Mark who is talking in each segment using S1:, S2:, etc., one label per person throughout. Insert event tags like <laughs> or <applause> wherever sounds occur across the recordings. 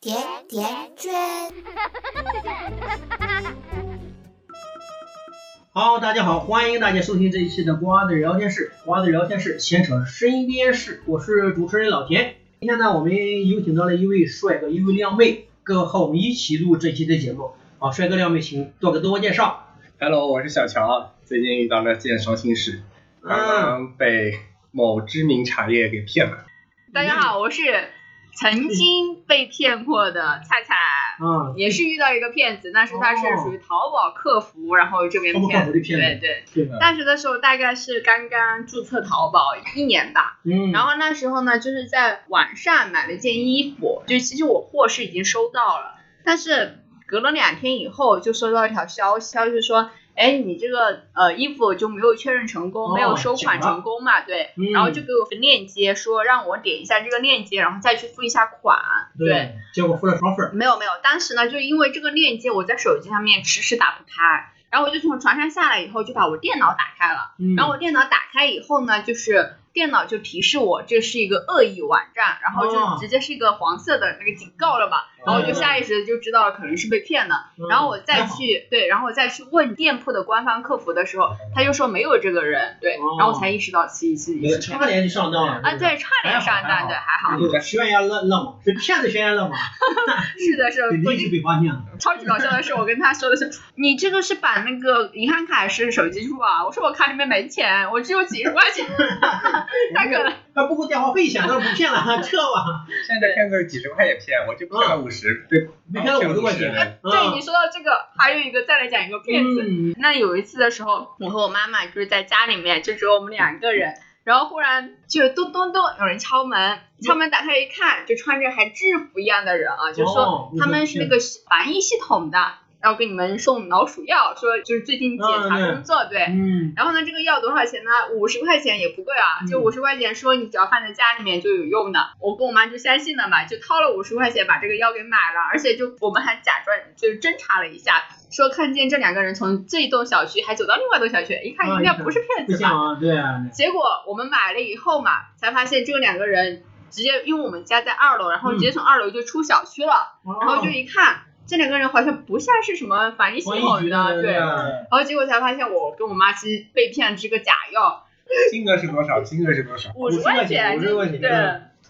S1: 甜甜圈。
S2: 好，大家好，欢迎大家收听这一期的瓜子聊天室。瓜子聊天室，闲扯身边事，我是主持人老田。今天呢，我们有请到了一位帅哥，一位靓妹，跟和我们一起录这期的节目。啊，帅哥靓妹，请做个自我介绍。
S3: Hello，我是小乔，最近遇到了件伤心事，刚
S2: 嗯，
S3: 刚被某知名茶叶给骗了。
S4: 大家好，我是曾经被骗过的菜菜，
S2: 啊，
S4: 也是遇到一个骗子，但是他是属于淘宝客服，然后这边
S2: 淘宝客
S4: 骗
S2: 服
S4: 子，
S2: 的骗子
S4: 对对。
S2: 对的，
S4: 当时的时候大概是刚刚注册淘宝一年吧，
S2: 嗯，
S4: 然后那时候呢，就是在网上买了一件衣服，就其实我货是已经收到了，但是隔了两天以后就收到一条消息，消息说，哎，你这个呃衣服就没有确认成功，
S2: 哦
S4: 没有收
S2: 假
S4: 款
S2: 的
S4: 成功嘛，对，
S2: 嗯
S4: 然后就给我个链接，说让我点一下这个链接，然后再去付一下款，对。
S2: 对，结果付了双份儿。
S4: 没有没有，当时呢，就因为这个链接我在手机上面迟迟打不开，然后我就从床上下来以后就把我电脑打开了，
S2: 嗯，
S4: 然后我电脑打开以后呢，就是电脑就提示我这是一个恶意网站，然后
S2: 哦
S4: 就直接是一个黄色的那个警告了嘛，然后我就下意识地就知道了可能是被骗了，
S2: 嗯
S4: 然后我再去对，然后我再去问店铺的官方客服的时候，他就说没有这个人，对
S2: 哦，
S4: 然后我才意识到自己自己
S2: 也
S4: 是
S2: 差点就上当了。
S4: 啊，对，差点上
S2: 还好
S4: 当，对，还好，
S2: 这个悬崖勒勒马，是骗子悬崖勒
S4: <laughs>
S2: 马，
S4: 是的，是的，
S2: 对，立即被发现
S4: <laughs>
S2: 了。
S4: 超级搞笑的是，我跟他说的是，你这个是绑那个银行卡还是手机付啊？我说我卡里面没钱，我只有几十块 <laughs> 钱，他可能
S2: 还不够电话费钱，那不骗了，撤吧，
S3: 现在骗子几十块也骗，我就骗了五
S2: 嗯
S3: 十，对，
S2: 没骗了五十块
S3: 骗了
S2: 钱。
S4: 对
S2: 嗯
S4: 你说到这个，还有一个再来讲一个骗子。
S2: 嗯，
S4: 那有一次的时候，我和我妈妈就是在家里面，就只有我们两个人，然后忽然就咚咚咚有人敲门，敲门打开一看，就穿着还制服一样的人啊，就说
S2: 哦
S4: 他们是那个防疫系统的，然后给你们送老鼠药，说就是最近检查工作，对，
S2: 嗯，
S4: 然后呢，这个药多少钱呢？五十块钱也不贵啊，就
S2: 嗯
S4: 五十块钱，说你只要放在家里面就有用的。我跟我妈就相信了嘛，就掏了五十块钱把这个药给买了，而且就我们还假装就是侦查了一下，说看见这两个人从这一栋小区还走到另外一栋小区，一看
S2: 啊
S4: 应
S2: 一
S4: 该
S2: 看
S4: 不是骗
S2: 不
S4: 子吧？
S2: 像啊，对啊，
S4: 结果我们买了以后嘛，才发现这两个人直接，因为我们家在二楼，然后直接从二楼就出小区了，然后就一看。这两个人好像不像是什么防疫系
S2: 防疫
S4: 统
S2: 局
S4: 的，
S2: 对
S4: 对，
S2: 啊，
S4: 然后结果才发现我跟我妈其实被骗这个假药，
S3: 金额是多少？金额是多少？
S4: 五
S2: 十
S4: 十
S2: 块
S4: 块
S2: 钱
S4: 钱，
S2: 50块钱嗯
S4: 对，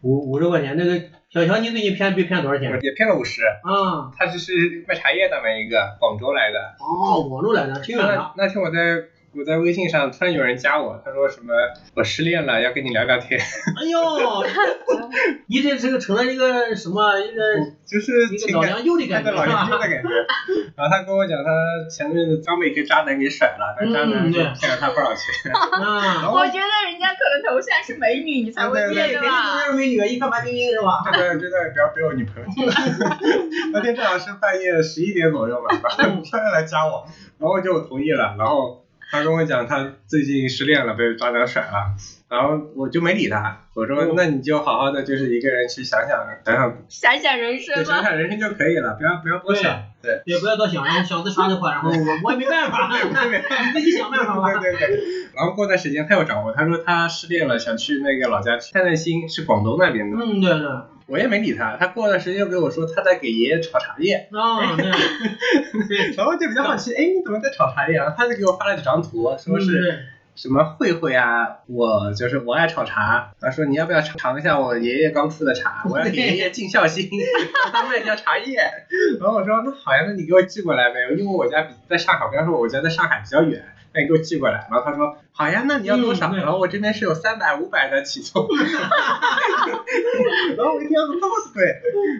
S2: 五五十块钱。那个小乔，你最近骗被骗多少
S3: 我
S2: 钱？
S3: 也骗了五十。
S4: 嗯
S2: 啊，
S3: 他只是卖茶叶的那一个，广州来的。
S2: 哦，网络来的，挺远的
S3: 那。那天我在我在微信上突然有人加我，他说什么我失恋了，要跟你聊聊天， <laughs>
S2: 哎呦， <laughs> 你这这个成了一个什么一个
S3: 就是
S2: 一个
S3: 情
S2: 老
S3: 感
S2: 娘舅的
S3: 看
S2: 感觉
S3: 到老年痴
S2: <laughs>
S3: 的感觉。然后他跟我讲，他前阵子刚被一个渣男给甩了，但渣
S2: 嗯
S3: 男就
S2: 对
S3: 骗了他不少钱。
S4: <laughs>
S2: 啊。
S4: 我觉得人家可能头像是美女，你才会
S3: 对
S4: 骗
S2: 人
S4: 的
S2: 家
S4: 吧？
S2: 都是美女，一看白冰冰是吧？
S3: 这段这段不要被我女朋友 <laughs> 听到。那天正好是半夜十一点左右吧，
S2: 嗯
S3: 他要来加我，然后就同意了，然后他跟我讲他最近失恋了，被渣男甩了。然后我就没理他，我说、
S2: 嗯
S3: 那你就好好的，就是一个人去想想想想
S4: 想想人
S3: 对，
S4: 生
S3: 想
S4: 吗？
S3: 想人生就可以了，不要不要多想。对，
S2: 也不要多想，然后想自杀的话，然后我我也没办法， <laughs> 你自己想办法吧。
S3: <laughs> 对对对。然后过段时间他又找我，他说他失恋了，想去那个老家去探探心，是广东那边的。
S2: 嗯，对对，啊，
S3: 我也没理他，他过段时间又跟我说他在给爷爷炒茶叶，
S2: 啊对，
S4: <laughs>
S3: <laughs> 然后就比较好
S2: 嗯
S3: 奇，哎，你怎么在炒茶叶啊？他就给我发了几张图，说是
S2: 是
S3: 什么慧慧啊，我就是我爱炒茶。他说你要不要尝一下我爷爷刚出
S2: <laughs>
S3: 的茶？我要给爷爷尽孝心，让他卖掉茶叶。然后我说那好呀，那你给我寄过来呗，因为我家比在上海，我跟他说我家在上海比较远，那你给我寄过来。然后他说好呀，那你要多少？
S2: 嗯对
S3: 然后我这边是有三百、五百的
S2: <laughs>
S3: 起送。然后我一听那么贵，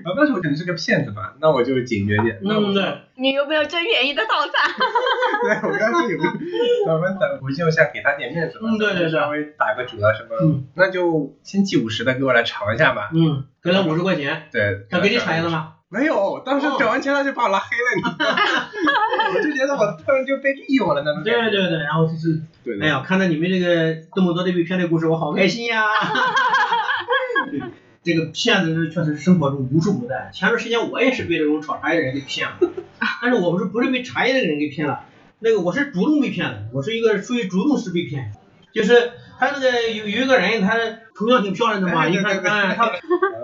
S3: 然后当时我可能是个骗子吧，那我就警觉点，那我
S2: 嗯对，
S4: 你有没有最便宜的套
S2: <laughs>
S4: 餐？
S3: <laughs> 对，我刚刚有个，咱们咱们微信下给他点面子嘛，
S2: 嗯对对对
S3: 稍微打个折什么，
S2: 嗯
S3: 那就先寄五十的给我来尝一下吧。
S2: 嗯，给了五十块钱，
S3: 对，
S2: 他给你
S3: 尝
S2: 产
S3: 一
S2: 业
S3: 下
S2: 了吗？哦
S3: 没有，当时转完钱他就把我拉黑了，你知道
S2: <laughs>
S3: 吗？我就觉得我突然就被利用了那种
S2: 对
S3: 感觉。
S2: 对对，然后就是，
S3: 对
S2: 哎
S3: 对，
S2: 呀，看到你们这个这么多的被骗的故事，我好开心
S3: <laughs>
S2: 呀！这个骗子是确实生活中无处不在。前段时间我也是被这种炒茶叶的人给骗
S3: <laughs>
S2: 了，但是我不是不是被茶叶的人给骗了，那个我是主动被骗的，我是一个属于主动式被骗，就是他那个有有一个人，他头像挺漂亮的嘛，
S3: 哎
S2: 一
S3: 对
S2: 看
S3: 对
S2: 哎，他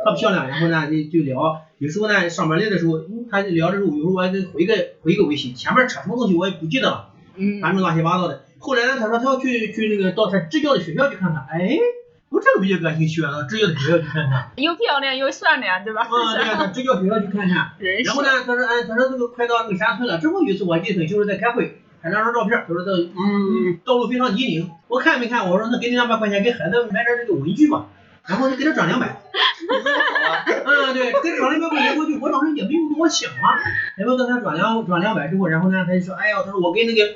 S2: 他漂亮，然后呢就就聊，有时候呢上班累的时候，嗯他就聊的时候，有时候我还给回个回个微信，前面扯什么东西我也不记得了，
S4: 嗯，
S2: 反正乱七八糟的。后来呢，他说他要去去那个到他支教的学校去看看，哎，我这个比较感兴趣啊，到支教的学校去看 <laughs> 看，啊，
S4: 又漂亮又善良，对吧？
S2: 对啊，到支教学校去看看。
S4: <laughs> 人
S2: 然后
S4: 是
S2: 呢，他说，哎，他说那个快到那个山村了。之后有一次我记得很清楚，在开会，拍张张照片，他说这嗯道路非常泥泞，我看没看？我说那给你两百块钱，给孩子买点这个文具吧。然后就给他涨两百，嗯，对，给他涨两百块钱过去，我当时也没有多想啊，然后给他转两转两百之后，然后呢，他就说，哎呀，他说我跟那个，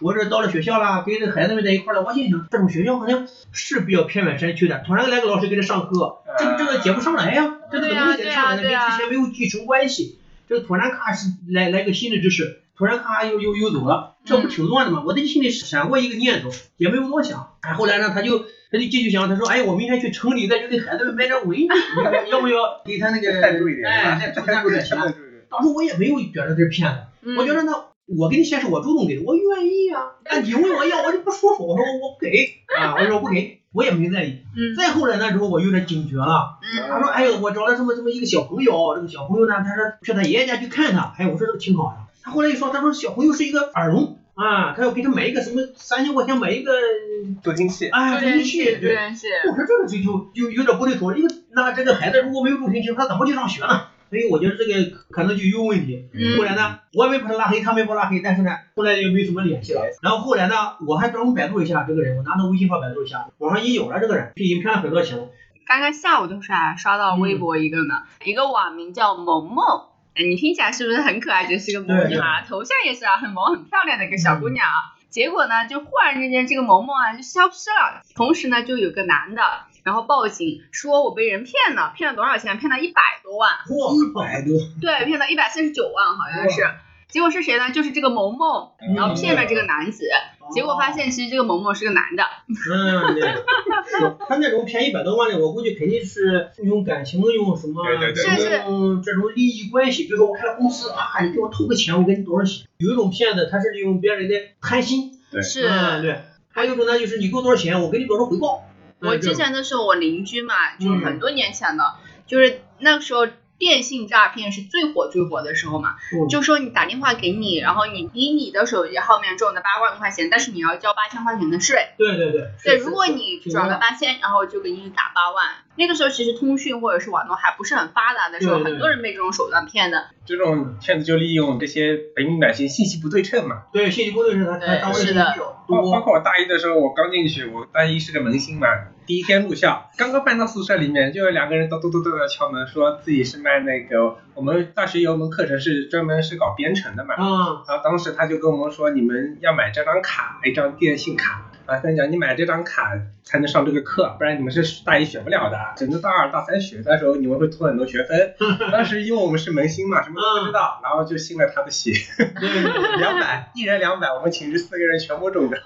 S2: 我这到了学校啦，跟这孩子们在一块儿了，我心想这种学校好像是比较偏远山区的，突然来个老师给他上课，这个这个解不上来呀、这个怎么能解得上来呢？
S4: 对啊对啊
S2: 跟之前没有继承关系，这突然咔是来来个新的知识，突然咔又又又走了，这
S4: 嗯
S2: 不挺乱的吗？我在心里闪过一个念头，也没有多想。哎，后来呢，他就他就继续想，他说，哎，我明天去城里再去给孩子们买点文具，要不要给他那个
S3: 赞助一点
S2: 哎，再多赞助点钱。当时我也没有觉得这是骗子。
S4: 嗯
S2: 我觉得呢，我给你钱是我主动给的，我愿意啊。但你问我要，我就不舒服。我说我不给啊，我说我不给，我也没在意。
S4: 嗯
S2: 再后来呢，之后我有点警觉了。
S4: 嗯
S2: 他说，哎呦，我找了这么这么一个小朋友，这个小朋友呢，他说去他爷爷家去看他。哎，我说这个挺好的。他后来一说，他说小朋友是一个耳聋啊，他要给他买一个什么三千块钱买一个，
S3: 助听器，
S2: 哎，
S4: 对
S2: 东
S4: 人
S2: 西
S4: 是
S2: 对。
S4: 人是，
S2: 我说这个追求就有点不对头，因为那这个孩子如果没有助听器，他怎么去上学呢？所以我觉得这个可能就有问题。
S4: 嗯
S2: 后来呢，我也没把他拉黑，他没把我拉黑，但是呢，后来也没什么联系了。
S4: 嗯
S2: 然后后来呢，我还专门百度一下这个人，我拿他微信号百度一下，网上已经有了这个人，已经骗了很多钱了。
S4: 刚刚下午的时候还刷到微博一个呢，一个网名叫萌萌。哎你听起来是不是很可爱？就是个萌女孩，头像也是啊，很萌很漂亮的一个小姑娘啊。结果呢，就忽然之间这个萌萌啊就消失了。同时呢，就有个男的，然后报警说我被人骗了，骗了多少钱？骗了一百多万，
S2: 哇，
S3: 百多，
S4: 对，骗了一百四十九万好像是。结果是谁呢？就是这个萌萌，
S3: 嗯
S4: 然后骗了这个男子。结果发现其实这个萌萌是个男的。
S2: 哦嗯，对，是他那种骗一百多万的，我估计肯定是用感情，用什么，
S3: 对对对
S4: 是是
S2: 用这种利益关系，比如说我开了公司啊，你给我投个钱，我给你多少钱？有一种骗子，他是利用别人的贪心，
S3: 对
S4: 是，
S2: 嗯，对，还有一种呢，就是你给我多少钱，我给你多少回报。嗯
S4: 我
S2: 这种
S4: 之前的时候，我邻居嘛，就是
S2: 嗯
S4: 很多年前了，就是那个时候电信诈骗是最火最火的时候嘛，
S2: 嗯
S4: 就说你打电话给你，然后你以你的手机号面中的八万块钱，但是你要交八千块钱的税。
S2: 对对对，
S4: 对，
S2: 是
S4: 如果
S2: 是
S4: 你
S2: 是
S4: 转了
S2: 是
S4: 八千，然后就给你打八万。那个时候其实通讯或者是网络还不是很发达的时候，
S2: 对对
S4: 很多人被这种手段骗的。
S3: 这种骗子就利用这些平民百姓信息不对称嘛。
S2: 对信息工作者他他
S4: 对
S2: 掌握
S4: 是
S2: 信息
S4: 的
S2: 比较
S3: 包包
S2: 多，
S3: 括我大一的时候，我刚进去，我大一是个萌新嘛，第一天入校，刚刚搬到宿舍里面，就有两个人咚咚咚咚的敲门，说自己是卖那个，我们大学有一门课程是专门是搞编程的嘛，
S2: 啊，
S3: 然后当时他就跟我们说，你们要买这张卡，一张电信卡。啊，跟你讲，你买这张卡才能上这个课，不然你们是大一学不了的，只能大二、大三学。到时候你们会拖很多学分。当时因为我们是萌新嘛，什么都不知道，然后就信了他的邪。
S2: 对对对
S3: <laughs> 两百，一人两百，我们寝室四个人全部中招。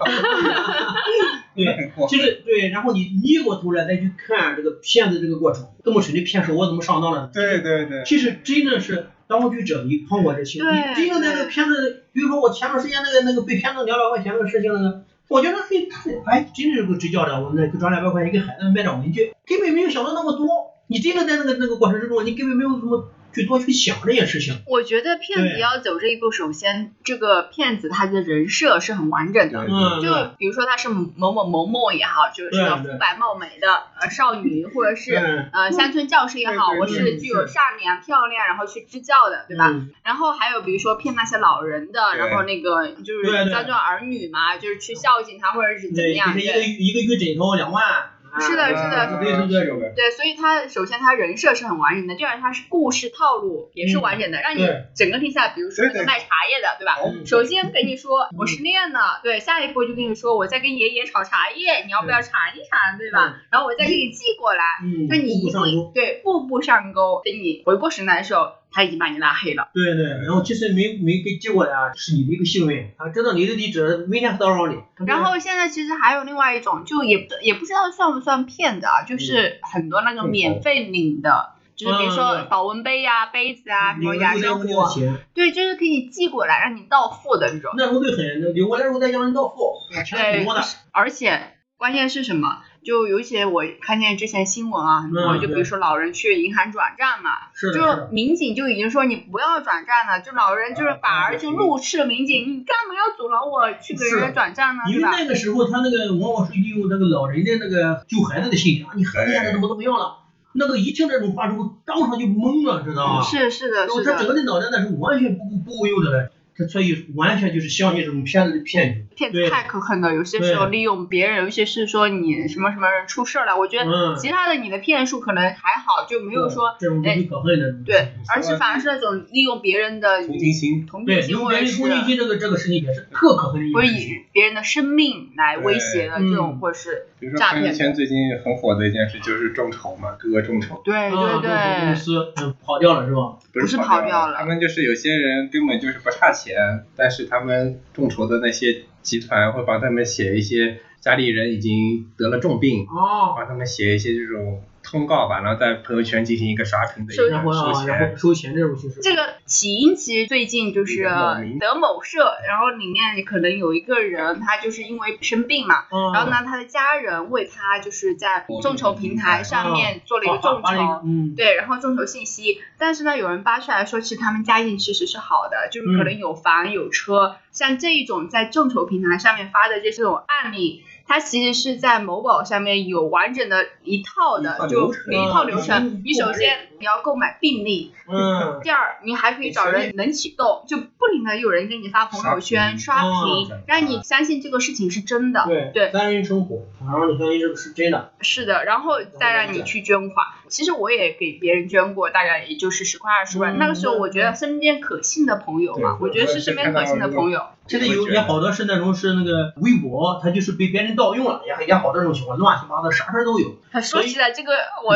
S2: 对。
S3: 很过分
S2: 其实对，然后你逆过头来再去看这个骗子这个过程，这么蠢的骗术，我怎么上当了呢？
S3: <laughs> 对对对，
S2: 其实真的是当局者迷，叛国者清。
S4: 对
S2: 你真的那个骗子，比如说我前段时间那个那个被骗了两百块钱那个事情，那个我觉得嘿，哎，真的是个支教的，我们给转两百块钱给孩子们买点文具，根本没有想到那么多。你真的在那个那个过程之中，你根本没有什么去多去想这件事情。
S4: 我觉得骗子
S2: 对
S4: 要走这一步，首先这个骗子他的人设是很完整的，
S3: 对
S2: 嗯，
S4: 就比如说她是某某某某也好，就是
S2: 对
S4: 个
S2: 对
S4: 肤白貌美的呃少女，或者是
S2: 是
S4: 呃乡村教师也好，
S3: 对对
S4: 我
S2: 对
S4: 是具有
S3: 是
S4: 善良、漂亮，然后去支教的，对吧？
S2: 嗯
S4: 然后还有比如说骗那些老人的，
S3: 对
S4: 然后那个就
S2: 对
S4: 是
S2: 对
S4: 家教儿女嘛，就是去孝敬他或者是怎么
S2: 对，
S4: 样，
S2: 就是一个
S4: 对
S2: 一个月枕头两万。啊
S4: 是的是的哦
S2: 类似这种。
S3: 的。
S4: 对，所以他首先他人设是很完整的，第二他是故事套路也是完整的，让你
S2: 对
S4: 整个听下来，比如说那
S3: 对
S4: 个
S3: 对
S4: 卖茶叶的，对吧？
S2: 嗯
S3: 哦
S4: <laughs> 首先跟你说我失恋了，对，下一步就跟你说我在跟爷爷炒茶叶，你要不要尝一尝，对吧？然后我再给你寄过来，
S2: 嗯，
S4: 那你
S2: 步
S4: 一
S2: 上钩
S4: 步对步步上钩，等你回过神来的时候，他已经把你拉黑了。
S2: 对对，然后其实没没给寄过来啊，是你的一个幸运啊，知道你的地址，明天骚扰你。
S4: 然后现在其实还有另外一种，就也不也不知道算不算骗子啊，就是很多那个免费领的。就是比如说
S2: 嗯
S4: 保温杯呀、杯子啊，什
S2: 领
S4: 么
S2: 了
S4: 牙
S2: 六千块
S4: 线
S2: 钱的
S4: 壶啊，
S2: 钱，
S4: 对，就是给你寄过来让你到付的这种。
S2: 那时候最狠，领过来时候再让人到付，钱挺多的。
S4: 而且关键是什么？就尤其我看见之前新闻啊，很多、
S2: 嗯
S4: 就比
S2: 对嗯
S4: 如说老人去银行转账嘛，
S2: 是的，是
S4: 就
S2: 的
S4: 民警就已经说你不要转账了，就老人就是反而就怒斥民警，你干嘛要阻挠我去给人家转账呢？
S2: 因
S4: 对
S2: 为
S4: 吧？
S2: 那个时候他那个往往是利用那个老人的那个救孩子的心理啊，你孩子现在怎么怎么样了？那个一听这种话之后，当场就懵了，知道吗？
S4: 是是的，
S2: 然后
S4: 是
S2: 他整
S4: 的，
S2: 个的脑袋那是完全不不够用的了，他所以完全就是相信这种骗子的骗局。
S4: 骗
S2: 对
S4: 子太可恨了，有些时候利用别人，尤其是说你什么什么人出事儿了，我觉
S2: 嗯
S4: 得其他的你的骗术可能还好，就没有说哎
S2: 这种最可恨的东西。
S4: 对，而是反而是那种利用别人的
S3: 同情心，
S4: 同情
S2: 对，
S4: 心
S2: 因
S4: 或者
S2: 为
S4: 是
S2: 冲进去这个这个事情也是特可恨的一
S4: 不
S2: 件
S4: 是
S2: 事情。
S4: 以别人的生命来威胁的
S2: 对
S4: 这种，
S2: 嗯
S4: 或者是
S3: 比如说
S4: 诈
S3: 朋
S4: 骗
S3: 友圈最近很火的一件事就是众筹嘛，各个众筹，
S4: 对
S2: 啊
S4: 对
S2: 这种公
S4: 对，
S2: 司嗯跑掉了是吧？
S3: 是
S4: 不是
S3: 跑
S4: 跑掉
S3: 了，
S4: 了
S3: 他们就是有些人根本就是不差钱，但是他们众筹的那些集团会帮他们写一些家里人已经得了重病，
S2: 哦，
S3: 帮他们写一些这种通告吧，然后在朋友圈进行一个刷屏的一
S4: 是
S3: 个
S2: 然后
S3: 收
S2: 啊，然
S3: 钱
S2: 后。收钱这种形式。
S4: 这个起因其实最近就是
S3: 某名
S4: 德某社，然后里面可能有一个人，他就是因为生病嘛，
S2: 嗯，
S4: 然后呢，他的家人为他就是在众筹平台上面哦做了一
S2: 把
S4: 个众
S2: 把那
S4: 筹
S2: 个，嗯，
S4: 对，然后众筹信息，但是呢，有人扒出来说，其实他们家境其实是好的，就是
S2: 嗯
S4: 可能有房有车，像这一种在众筹平台上面发的这种案例。它其实是在某宝上面有完整的一套
S3: 一套
S4: 的，
S3: 流
S4: 就
S3: 程
S4: 一套流
S2: 嗯
S4: 程。你首先你要购买病历，
S2: 嗯，
S4: <laughs> 第二，你还可以找人能启动，就不停的有人给你发朋友圈、
S2: 刷
S4: 刷
S2: 屏哦
S4: 屏，让你相信这个事情是真的。
S2: 对
S4: 对
S2: 三人成虎，然后你相信这个是真的。
S4: 是的，然后再让你去捐款。其实我也给别人捐过，大概也就是十块二十块。
S2: 嗯
S4: 那个时候我觉得身边可信的朋友嘛，
S3: 对
S4: 我觉得是身边可信的朋友。
S2: 现在有也好多是那种是那个微博，他就是被别人盗用了，也也好多这种情况，乱七八糟，啥事儿都有。
S4: 说起来这个，我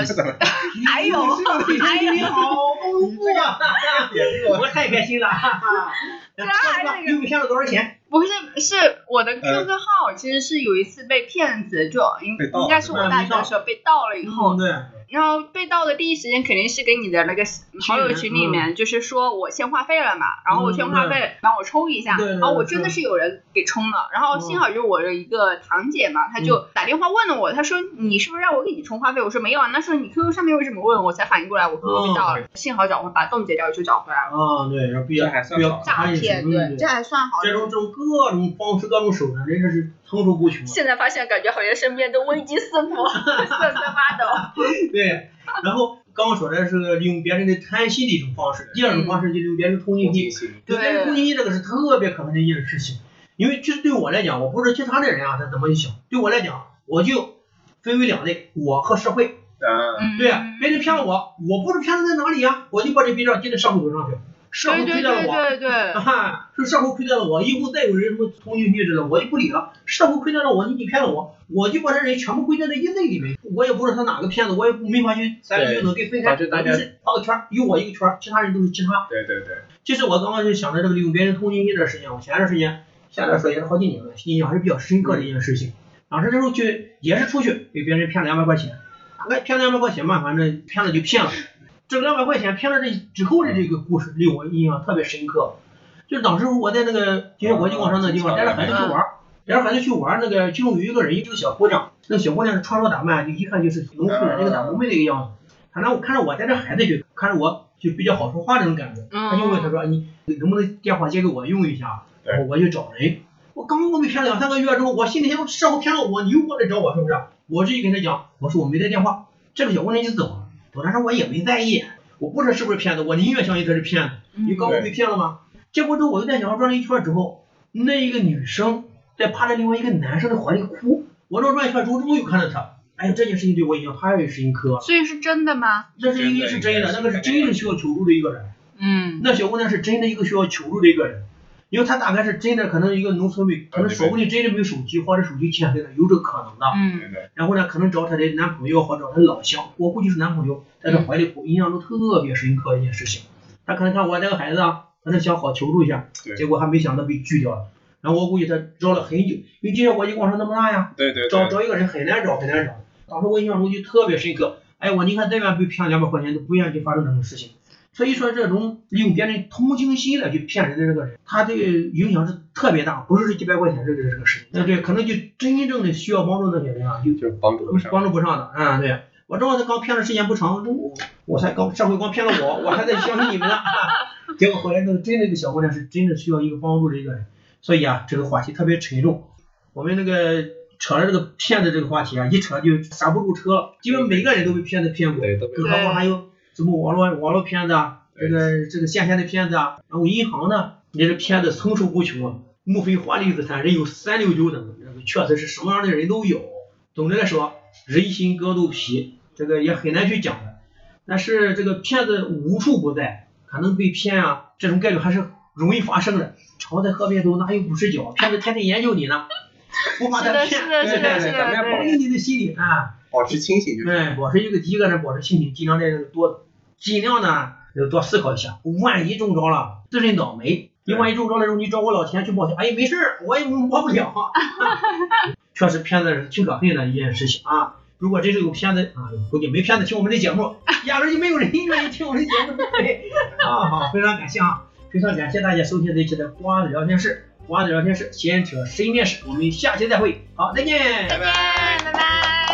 S4: 还有还
S2: 你
S4: 有，
S2: 好丰富啊！我太开心了，哈哈。
S4: 这还那个
S2: 又骗了多少钱？
S4: 不是是我的 QQ 号，其实是有一次被骗子，就应
S3: 被盗了
S4: 应该是我大学的时候被盗了以后，
S2: 对，
S4: 然后被盗的第一时间肯定是给你的那个好友群里面，就是说我欠话费了嘛，然后我欠话费，然后我抽一下，
S2: 嗯对对嗯
S4: 然后我
S2: 是
S4: 真的是有人给充了，然后幸好就是我的一个堂姐嘛，她就打电话问了我，她说你是不是让我给你充话费？我说没有啊，那时候你 QQ 上面为什么问？我才反应过来我 QQ 被盗了，幸好找回把冻结掉就找回来了。
S2: 啊对，然后比较
S3: 这还算
S2: 比较
S3: 好
S4: 诈骗对，这还算好。
S2: 这种这种各种方式、各种手段，真的是层出不穷。
S4: 现在发现感觉好像身边都危机四伏，
S2: <laughs>
S4: 瑟瑟发抖。
S2: 对，然后刚刚说的是利用别人的贪心的一种方式，第二种方式就是利用别人的同情心。对，但是
S4: 对
S2: 同情心这个是特别可恨的一件事情，因为其实对我来讲，我不知道其他的人啊他怎么去想，对我来讲，我就分为两类，我和社会。
S3: 嗯，
S4: 嗯
S2: 对呀、哎别人骗了我，我不知道骗子在哪里呀、我就把这笔账记在社会头上去，社会
S4: 对
S2: 亏
S4: 对
S2: 待了
S4: 对
S2: 我。
S4: 对对。
S2: 啊，是社会亏待了我，以后再有人什么同情心之类的，我就不理了。社会亏待了我，你你骗了我，我就把这人全部归在这一类里面。我也不知道他哪个骗子，我也没法去三六
S3: 对
S2: 九等给分
S3: 导
S2: 开，
S3: 致大
S2: 我
S3: 家
S2: 就是画个圈儿，有我一个圈儿，其他人都是其他。
S3: 对对对，
S2: 其实我刚刚就想着这个利用别人同情心这个事情，我前段时间现在说也是好几年了，印象还是比较深刻的一件事情。当时那时候去也是出去给别人骗了两百块钱，大概骗两百块钱吧，反正骗了就骗了。这两百块钱骗了这之后的这个故事令我印象特别深刻，就是当时我在那个金源国际广场那地方带着孩子去玩儿，带着孩子去玩儿，那个其中有一个人一个小姑娘，那个小姑娘是穿着打扮，就一看就是农村人那个打工妹那个样子。反正我看着我带着孩子去，看着我就比较好说话那种感觉。
S4: 哦
S2: 他就问他说：“你能不能电话借给我用一下？”
S3: 对
S2: 我我就找人。我刚刚被骗了两三个月之后，我心里想：社会骗了我，你又过来找我是不是？我直接跟他讲，我说我没带电话。这个小姑娘就走了。我当时我也没在意，我不知道是不是骗子，我宁愿相信他是骗子。
S4: 嗯
S2: 你刚不被骗了吗？结果之后我又在小红转了一圈之后，那一个女生在趴在另外一个男生的怀里哭。我这转一圈之后，终于看到她。哎呀，这件事情对我印象太深刻了。
S4: 所以是真的吗？
S2: 这是一个是真的，那个是真正需要求助的一个人。
S4: 嗯，
S2: 那小姑娘是真的一个需要求助的一个人，因为她大概是真的可能一个农村妹，可能说不定真的没有手机或者手机欠费的，有这个可能的。
S4: 嗯
S3: 对对，
S2: 然后呢，可能找她的男朋友或找她老乡，我估计是男朋友，在
S4: 嗯
S2: 这怀里哭，印象中特别深刻的一件事情。她可能看我这个孩子啊，可能想好求助一下
S3: 对，
S2: 结果还没想到被拒掉了。然后我估计她找了很久，因为金源国际广场那么大呀，
S3: 对对
S2: 找
S3: 对，
S2: 找一个人很难找，很难找。当时我印象中就特别深刻。哎，我你看但愿被骗两百块钱，都不愿意去发生这种事情。所以说，这种利用别人同情心来去骗人的这个人，他这个影响是特别大，不是这几百块钱这个这个事情。那对，可能就真正的需要帮助的学生啊，就
S3: 就是帮助不上。
S2: 帮助不上的。嗯，对。我这我才刚骗了时间不长，这我我才刚上回刚骗了我，我还在相信你们呢。 <laughs> 结果回来之后，真的这个小姑娘是真的需要一个帮助的一个人，所以啊，这个话题特别沉重。我们那个扯了这个骗子这个话题啊，一扯就刹不住车了，因为每个人都被骗子骗过，
S3: 对，都没
S2: 更
S3: 有
S2: 何况还有什么网络网络骗子啊，
S3: 对
S2: 这个这个线下的骗子啊，然后银行呢，你这骗子层出不穷啊，莫非华丽资产，人有三六九等，这个确实是什么样的人都有。总的来说，人心隔肚皮，这个也很难去讲的。但是这个骗子无处不在，可能被骗啊，这种概率还是容易发生的。常在河边走，哪有不湿脚？骗子天天研究你呢，不怕
S4: 是
S2: 他
S4: 嗯的，
S2: 骗
S4: 是，的，是的，
S3: 啊对对对
S4: 是
S3: 咱们要
S4: 的，
S2: 保
S4: 对。
S2: 佑你的心理啊。
S3: 保持清醒就是。
S2: 对，保持一个第一个呢，保持清醒，尽量在这个多，尽量呢就多思考一下，万一中招了，自认倒霉。你
S3: 对
S2: 万一中招了之后，你找我老田去报销，哎，没事儿，我也摸不了。 <laughs> 确实，骗子是挺可恨的一件事情啊。如果真是有骗子啊，估计没骗子听我们的节目，压根儿就没有人愿意听我们的节目。对，啊，好，非常感谢啊，非常感谢大家收听这一期的瓜子聊天室，瓜子聊天室，闲扯身边事，我们下期再会，好，再见。
S4: 再见，拜拜。